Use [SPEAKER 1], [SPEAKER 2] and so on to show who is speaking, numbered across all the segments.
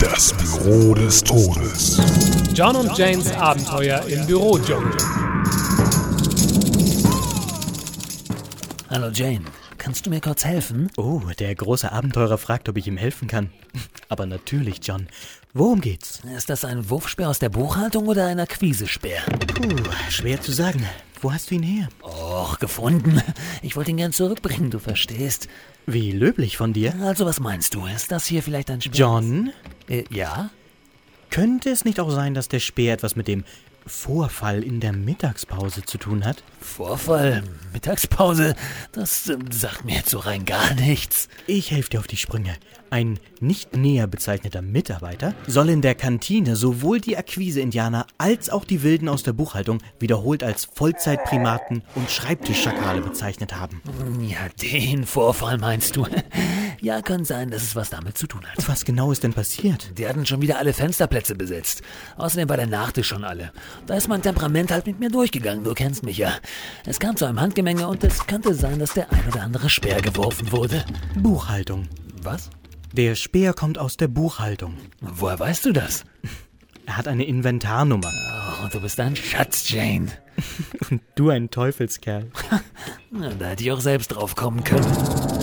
[SPEAKER 1] Das Büro des Todes.
[SPEAKER 2] John und Janes Abenteuer im Büro, John.
[SPEAKER 3] Hallo Jane, kannst du mir kurz helfen?
[SPEAKER 4] Oh, der große Abenteurer fragt, ob ich ihm helfen kann. Aber natürlich, John. Worum geht's?
[SPEAKER 3] Ist das ein Wurfspeer aus der Buchhaltung oder ein Akquisespeer?
[SPEAKER 4] Puh, schwer zu sagen. Wo hast du ihn her?
[SPEAKER 3] Och, gefunden. Ich wollte ihn gern zurückbringen, du verstehst.
[SPEAKER 4] Wie löblich von dir.
[SPEAKER 3] Also was meinst du? Ist das hier vielleicht ein Speer?
[SPEAKER 4] John,
[SPEAKER 3] Äh, ja?
[SPEAKER 4] könnte es nicht auch sein, dass der Speer etwas mit dem Vorfall in der Mittagspause zu tun hat?
[SPEAKER 3] Vorfall, Mittagspause, das ähm, sagt mir jetzt so rein gar nichts.
[SPEAKER 4] Ich helfe dir auf die Sprünge. Ein nicht näher bezeichneter Mitarbeiter soll in der Kantine sowohl die Akquise-Indianer als auch die Wilden aus der Buchhaltung wiederholt als Vollzeitprimaten und Schreibtischschakale bezeichnet haben.
[SPEAKER 3] Ja, den Vorfall meinst du? Ja, kann sein, dass es was damit zu tun hat.
[SPEAKER 4] Was genau ist denn passiert?
[SPEAKER 3] Die hatten schon wieder alle Fensterplätze besetzt. Außerdem war der Nachtisch schon alle. Da ist mein Temperament halt mit mir durchgegangen, du kennst mich ja. Es kam zu einem Handgemenge und es könnte sein, dass der ein oder andere Speer geworfen wurde.
[SPEAKER 4] Buchhaltung.
[SPEAKER 3] Was?
[SPEAKER 4] Der Speer kommt aus der Buchhaltung.
[SPEAKER 3] Woher weißt du das?
[SPEAKER 4] Er hat eine Inventarnummer.
[SPEAKER 3] Oh, du bist ein Schatz, Jane.
[SPEAKER 4] Du ein Teufelskerl.
[SPEAKER 3] Na, da hätte ich auch selbst drauf kommen können.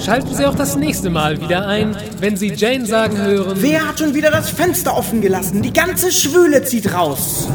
[SPEAKER 2] Schalten Sie auch das nächste Mal wieder ein, wenn Sie Jane sagen hören.
[SPEAKER 5] Wer hat schon wieder das Fenster offen gelassen? Die ganze Schwüle zieht raus.